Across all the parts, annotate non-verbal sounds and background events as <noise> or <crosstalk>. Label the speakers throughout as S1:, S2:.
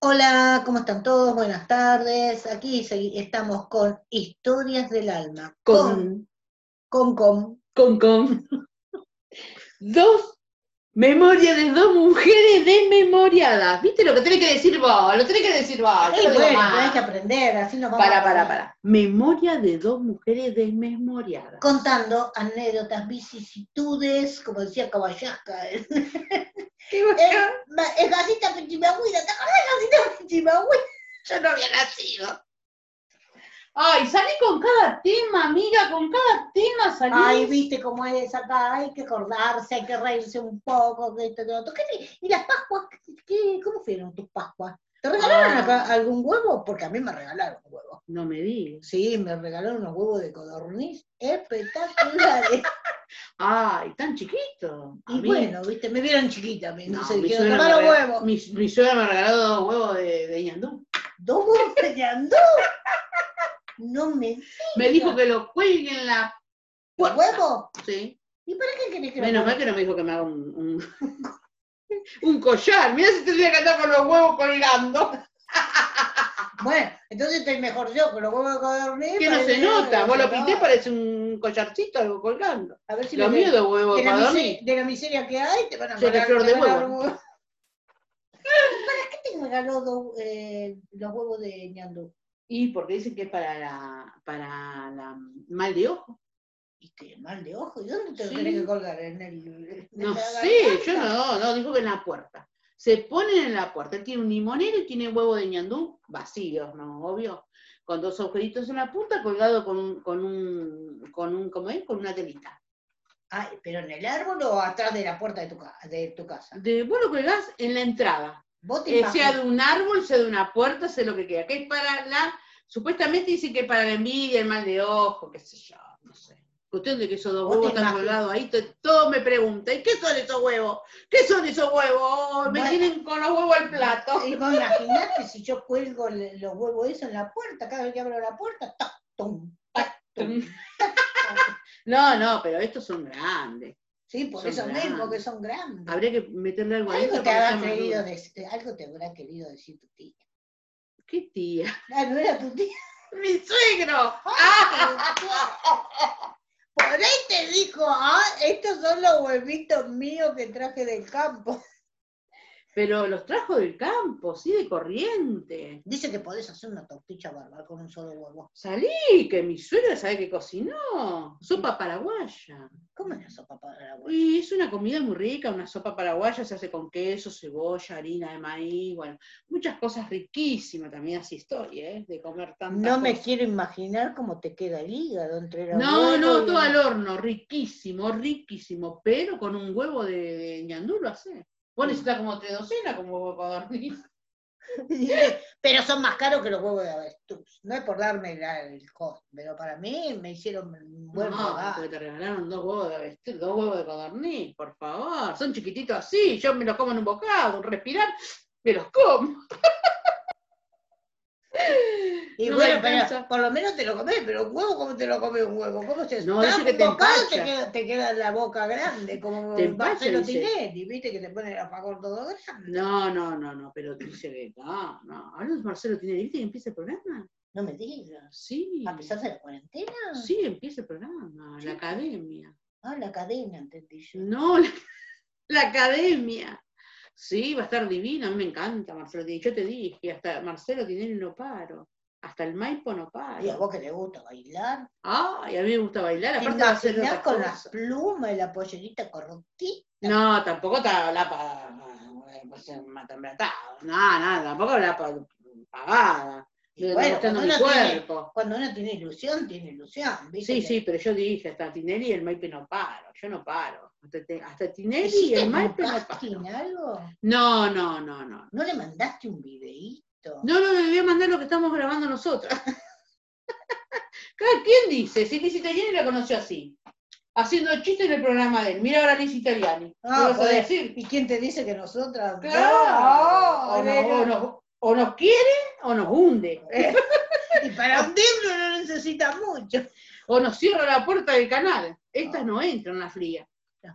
S1: Hola, ¿cómo están todos? Buenas tardes. Aquí estamos con Historias del Alma.
S2: Con,
S1: Con con.
S2: con, con. <laughs> Dos. Memoria de dos mujeres desmemoriadas. ¿Viste lo que tenés que decir vos? Lo tenés que decir vos. Ah, yo
S1: Ey,
S2: lo digo
S1: bueno,
S2: más.
S1: tenés que aprender, así nos vamos.
S2: Para, para, para. Memoria de dos mujeres desmemoriadas.
S1: Contando anécdotas, vicisitudes, como decía Caballasca. <laughs>
S2: <laughs>
S1: Es,
S2: ¿Qué va a ser?
S1: es Gacita Pichimagüida, ¿te acordás de Gacita Pichimagüida? Yo no había nacido.
S2: Ay, salí con cada tema, amiga, con cada tema salí.
S1: Ay, viste cómo es acá, hay que acordarse, hay que reírse un poco, que esto, que lo otro. ¿Qué te- ¿Y las Pascuas? ¿Qué- qué- ¿Cómo fueron tus Pascuas? ¿Te regalaron
S2: Ah.
S1: acá algún huevo? Porque a mí me regalaron un huevo.
S2: No me digas.
S1: Sí, me regalaron unos huevos de codorniz espectaculares.
S2: Ay, tan chiquito. <laughs> A
S1: y
S2: mí-
S1: bueno, viste, me vieron chiquita, me
S2: no,
S1: entonces
S2: mi,
S1: dijeron,
S2: suegra
S1: tomá los
S2: me regaló-
S1: huevos.
S2: mi- mi suegra me regaló dos huevos de, de ñandú.
S1: Dos huevos <laughs> de andó. No me
S2: Me dijo que lo cuelgue en la puerta.
S1: huevo.
S2: Sí.
S1: ¿Y para qué querés que lo
S2: Menos mal que no me dijo que me haga un, un, <laughs> un collar. Mira si tendría que andar con los huevos colgando.
S1: Bueno, entonces estoy mejor yo con los huevos de codorniz.
S2: Que no se
S1: parece-
S2: nota. Vos lo
S1: se
S2: pinté,
S1: nota.
S2: parece un collarcito algo colgando.
S1: A ver si
S2: Lo
S1: me-
S2: mío de huevo
S1: de
S2: de
S1: la,
S2: codorniz.
S1: miseria, de la miseria que hay, te van a
S2: Soy la
S1: regalar-
S2: flor
S1: te
S2: de
S1: van a
S2: huevo.
S1: regalar
S2: <laughs>
S1: huevos. ¿Para qué te regaló dos, eh, los huevos de ñandú?
S2: Y porque dicen que es para la, para la mal de ojo.
S1: Y qué mal de ojo, ¿y dónde te
S2: Sí.
S1: lo tenés que colgar? ¿En el, en
S2: No
S1: la
S2: sé,
S1: garganta?
S2: yo no, no, dijo que en la puerta. Se ponen en la puerta. Él tiene un limonero y tiene huevo de ñandú vacíos, ¿no? Obvio. Con dos agujeritos en la punta, colgado con, un- con un, con un, ¿cómo es? Con una telita.
S1: Ay, pero en el árbol o atrás de la puerta de tu, ca- de tu casa.
S2: De, vos lo colgás en la entrada,
S1: Vos te
S2: eh, sea
S1: imaginas.
S2: de un árbol, sea de una puerta, sea lo que quiera, que es para la, supuestamente dicen que es para la envidia, el mal de ojo, qué sé yo, no sé. Cuestión de que esos dos
S1: Vos te
S2: huevos están
S1: imaginas.
S2: colgados ahí, to- todo me pregunta, ¿y qué son esos huevos? ¿Qué son esos huevos? Oh, Me
S1: Bueno.
S2: tienen con los huevos al plato.
S1: Y vos imaginate si yo cuelgo le- los huevos esos en la puerta, cada vez que abro la puerta, ¡tac! tum, tac, tum, tac, tum.
S2: <laughs> No, no, pero estos son grandes.
S1: Sí, por
S2: Son
S1: eso
S2: grandes.
S1: mismo que son grandes.
S2: Habría que meterle algo ahí.
S1: Algo te, habrá querido decir, algo te habrá querido decir tu tía.
S2: ¿Qué tía? <laughs>
S1: Ah, no era tu tía.
S2: ¡Mi suegro!
S1: <laughs> Por ahí te dijo, ah, estos son los huevitos míos que traje del campo.
S2: Pero los trajo del campo, sí, de corriente.
S1: Dice que podés hacer una tortilla bárbara con un solo huevo.
S2: Salí, que mi suegra sabe que cocinó. Sopa paraguaya.
S1: ¿Cómo es la sopa para la huevo?
S2: Y es una comida muy rica, una sopa paraguaya, se hace con queso, cebolla, harina de maíz, bueno, muchas cosas riquísimas también así estoy, ¿eh? De comer tantas
S1: No me
S2: cosas.
S1: quiero imaginar cómo te queda el hígado entre los
S2: No,
S1: huevos
S2: no,
S1: y-
S2: todo al horno, riquísimo, riquísimo, pero con un huevo de, de ñandú lo hace. Vos necesitas como tres docenas como huevo codorniz.
S1: <laughs> Dice, Pero son más caros que los huevos de avestruz. No es por darme la- el costo, pero para mí me hicieron un buen
S2: no,
S1: regalo.
S2: porque te regalaron dos huevos de avestruz, dos huevos de codorniz, por favor. Son chiquititos así, yo me los como en un bocado, un respirar, me los como.
S1: Y
S2: No me
S1: bueno,
S2: alcanza.
S1: pero por lo menos te lo comés, pero un huevo, ¿cómo te lo comes un huevo? ¿Cómo se
S2: No,
S1: tapa
S2: dice que
S1: un
S2: te
S1: bocado, te
S2: empacha.
S1: queda, te queda la boca grande, como
S2: Te empacha,
S1: Marcelo
S2: dice.
S1: Tinelli, viste que te pone el apagón todo grande.
S2: No, no, no, no, pero dice que no, no. Ahora Marcelo tiene ¿viste que empieza el programa.
S1: No me digas.
S2: Sí.
S1: A pesar de la cuarentena.
S2: Sí, empieza el programa,
S1: Sí.
S2: la academia.
S1: Ah, la cadena, entendí yo.
S2: No, la, la academia. Sí, va a estar divino, a mí me encanta Marcelo Tinelli. Yo te dije, hasta Marcelo Tinelli no paro. Hasta el Maipo no
S1: Y a
S2: paro.
S1: vos que te gusta bailar.
S2: Ay, a mí me gusta bailar,
S1: Te
S2: aparte va a ser
S1: imaginás
S2: otra
S1: con
S2: cosa.
S1: las plumas y la pollerita corruptita.
S2: No, tampoco está la eh, pues, pagada. No, no, tampoco la pa- pagada.
S1: Y
S2: No
S1: bueno, cuando
S2: gustando mi
S1: uno, tiene,
S2: cuerpo.
S1: cuando uno tiene ilusión, tiene ilusión, viste.
S2: Sí,
S1: que-
S2: sí, pero yo dije, hasta Tinelli y el Maipe no paro, yo no paro. Hasta, te- hasta Tinelli y
S1: ¿Hiciste
S2: el
S1: un
S2: Maipe no
S1: casting,
S2: paro.
S1: algo?
S2: No, no, no, no.
S1: ¿No le mandaste un videíto?
S2: No, no, le voy a mandar lo que estamos grabando nosotras. <laughs> Cada quien dice, si Liz Italiani la conoció así, haciendo chistes en el programa de él. Mira ahora Liz Italiani. ¿Qué
S1: Ah,
S2: vas a
S1: podés.
S2: decir?
S1: ¿Y quién te dice que nosotras?
S2: Claro,
S1: No,
S2: o, no-
S1: pero-
S2: o nos, o nos quiere o nos hunde.
S1: <laughs> Y para hundirlo no necesita mucho.
S2: O nos cierra la puerta del canal. Estas no entran la fría.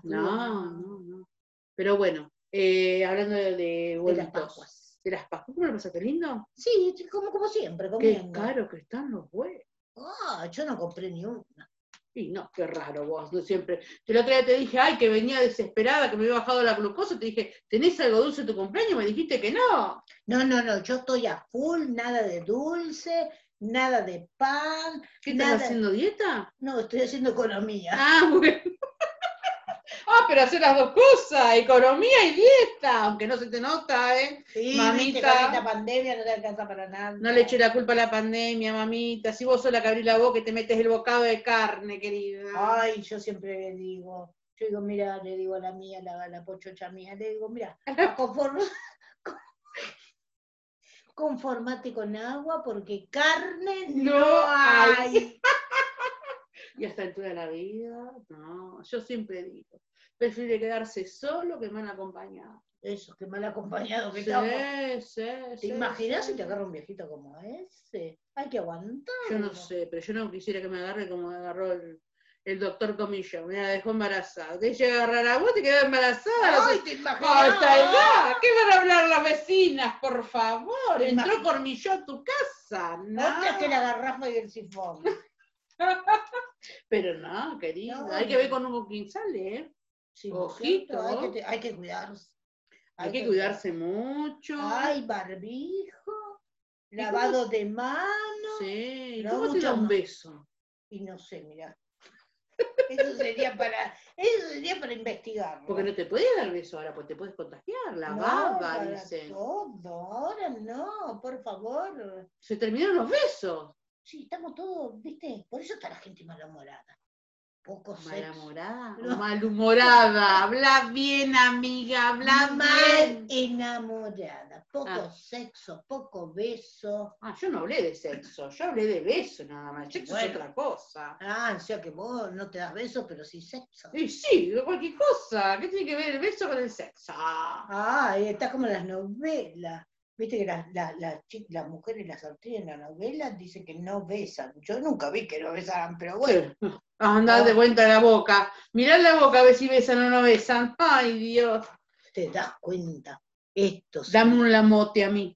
S2: No, no, no. Pero bueno, eh, hablando de, de
S1: De las
S2: huevitos.
S1: Pascuas.
S2: de las Pascuas, ¿cómo lo pasaste lindo?
S1: Sí, como, como siempre,
S2: Qué
S1: comiendo.
S2: caro que están los huevos.
S1: Ah, yo no compré ni una.
S2: Y no, qué raro vos, no siempre. Yo la otra vez te dije, ay, que venía desesperada, que me había bajado la glucosa, te dije, ¿tenés algo dulce en tu cumpleaños? Me dijiste que no.
S1: No, no, no, yo estoy a full, nada de dulce, nada de pan,
S2: ¿Qué estás
S1: Nada.
S2: haciendo dieta?
S1: no, estoy haciendo economía. <laughs>
S2: Ah, bueno. Ah, pero hacer las dos cosas, economía y dieta, aunque no se te nota, ¿eh?
S1: Sí,
S2: mamita.
S1: viste, con esta pandemia no te alcanza para nada.
S2: No le eché la culpa a la pandemia, mamita. Si vos sos la que abrís la boca y te metes el bocado de carne, querida.
S1: Ay, yo siempre le digo, yo digo, mira, le digo a la mía, la, la pochocha mía, le digo, mira,
S2: <laughs>
S1: conform- <laughs> con- conformate con agua porque carne no,
S2: No hay.
S1: hay.
S2: Y hasta altura de la vida, no. Yo siempre digo, prefiere quedarse solo que mal acompañado.
S1: Eso, qué mal acompañado que
S2: Sí,
S1: estamos.
S2: sí,
S1: ¿Te
S2: sí,
S1: imaginas
S2: sí.
S1: si te agarra un viejito como ese? Hay que aguantar.
S2: Yo no sé, pero yo no quisiera que me agarre como me agarró el, el doctor Comillo. Me la dejó embarazada. Te dije agarrar a vos, te quedó embarazada. No
S1: Ay,
S2: sé-
S1: te
S2: ¡A esta
S1: imaginas.
S2: edad! Ah, ¿Qué van a hablar las vecinas, por favor?
S1: Te
S2: Entró
S1: imagino.
S2: Cormilló a tu casa.
S1: Otra que
S2: No.
S1: la garrafa y el sifón.
S2: Pero no, querida.
S1: No.
S2: Hay que ver con un quien sale, ¿eh?
S1: Sí, ¿no es
S2: Ojito.
S1: cierto? Hay que, te- hay que cuidarse.
S2: Hay que cuidarse mucho.
S1: Ay, barbijo,
S2: ¿Y cómo
S1: lavado de mano
S2: sí.
S1: no,
S2: ¿Cómo te
S1: mucho
S2: da un
S1: más.
S2: beso?
S1: y no sé, mira. Eso sería para, eso sería para investigarlo.
S2: Porque no te podías dar beso ahora, porque te puedes contagiar. La
S1: No,
S2: baba,
S1: para
S2: dicen.
S1: Todo, ahora no, por favor.
S2: Se terminaron los besos.
S1: Sí, estamos todos, ¿viste? Por eso está la gente malhumorada. Poco sexo.
S2: Malhumorada.
S1: No.
S2: Malhumorada. Habla bien, amiga. Habla
S1: mal
S2: mal.
S1: enamorada. Poco
S2: Ah.
S1: sexo, poco beso.
S2: Ah, yo no hablé de sexo. Yo hablé de beso nada más. Sexo es
S1: Bueno.
S2: otra cosa.
S1: Ah, o sea que vos no te das besos, pero sí sexo.
S2: Y sí, de cualquier cosa. ¿Qué tiene que ver el beso con el sexo?
S1: Ah, y está como en las novelas. Viste que las, las, las chi- las mujeres, las actrices en las novelas dicen que no besan. Yo nunca vi que no besaran, pero bueno.
S2: Andar de
S1: No.
S2: vuelta a la boca. Mirar la boca a ver si besan o no besan. Ay, Dios.
S1: Te das cuenta. Esto sí,
S2: Dame un lamote a mí.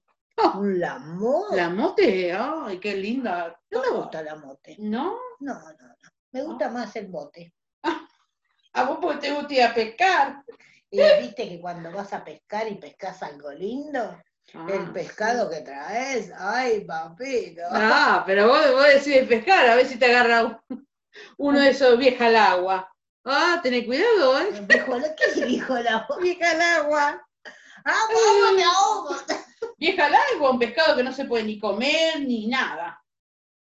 S1: un lamote.
S2: ¿Lamote? Ay, qué linda.
S1: No me gusta la mote.
S2: ¿No?
S1: No, no, no.
S2: Ah.
S1: Me gusta más el
S2: <laughs>
S1: bote.
S2: A vos porque te gusta ir a pescar.
S1: Y viste que cuando vas a pescar y pescas algo lindo, el
S2: Ah.
S1: pescado que traes, ay, papito.
S2: <laughs> Ah, pero vos, vos decís pescar, a ver si te agarra un- uno de esos vieja al agua. Ah, tenés cuidado, ¿eh?
S1: Dijo, ¿Qué dijo
S2: <laughs>
S1: la Ah, voz?
S2: Vieja al agua.
S1: ¡Agua, agua, me ahogo!
S2: Vieja al agua, un pescado que no se puede ni comer ni nada.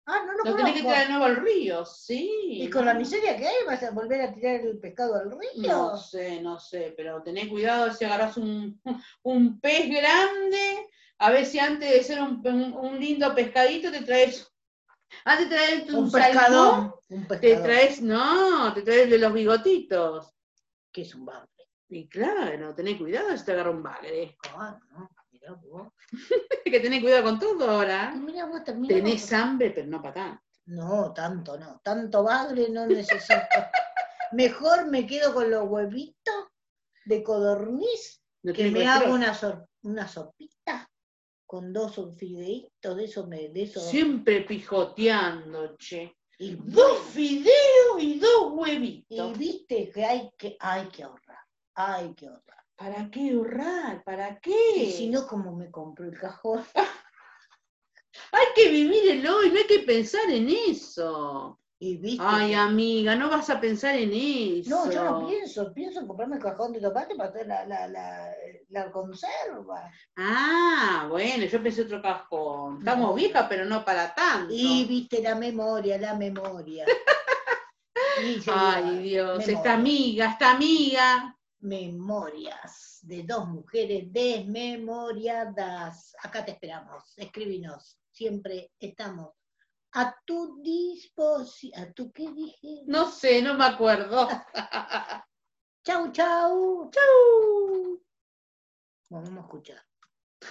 S1: Ah, no, no
S2: Lo tenés que
S1: conozco.
S2: traer de nuevo al río, sí.
S1: Y con la miseria que hay, vas a volver a tirar el pescado al río.
S2: No sé, no sé, pero tenés cuidado si agarrás un, <laughs> un pez grande, a ver si antes de ser un, un- un lindo pescadito te traes. ah, Antes de traer
S1: un
S2: pescado
S1: pescadón. Un
S2: Te
S1: pescadón.
S2: traes, no, te traes de los bigotitos.
S1: Que es un bagre.
S2: Y claro, tenés cuidado si te agarra un bagre. <laughs>
S1: Ah, no, mirá vos.
S2: que tenés cuidado con todo
S1: Ah,
S2: ahora.
S1: Mirá vos también.
S2: Tenés hambre, pero no para tanto.
S1: No, tanto no. Tanto bagre no necesito. <laughs> Mejor me quedo con los huevitos de codorniz
S2: No
S1: que
S2: tenés
S1: me
S2: colesterol.
S1: hago una, sor- una sopita con dos fideitos de eso me de eso
S2: Siempre pijoteando, che.
S1: y
S2: Dos fideos y dos
S1: y
S2: huevitos.
S1: viste que hay que hay que ahorrar hay que ahorrar
S2: ¿Para qué ahorrar? ¿Para qué?
S1: y si no como me compro el cajón
S2: Hay que vivir el hoy, no hay que pensar en eso.
S1: y viste
S2: Ay,
S1: que-
S2: amiga, no vas a pensar en eso.
S1: No, yo no pienso, pienso en comprarme el cajón de tomate para hacer la, la, la, la conserva.
S2: Ah, bueno, yo pensé otro cajón. Estamos
S1: No.
S2: viejas, pero no para tanto.
S1: Y viste la memoria, la
S2: <laughs>
S1: memoria. Y se
S2: Ay,
S1: iba.
S2: Dios,
S1: me
S2: esta
S1: muero.
S2: amiga, esta amiga.
S1: Memorias de dos mujeres desmemoriadas. Acá te esperamos, escríbenos. Siempre estamos a tu disposición. ¿A tu qué dije?
S2: No sé, no me
S1: <laughs>
S2: acuerdo.
S1: Chau, chau.
S2: Chau.
S1: Bueno, vamos a escuchar.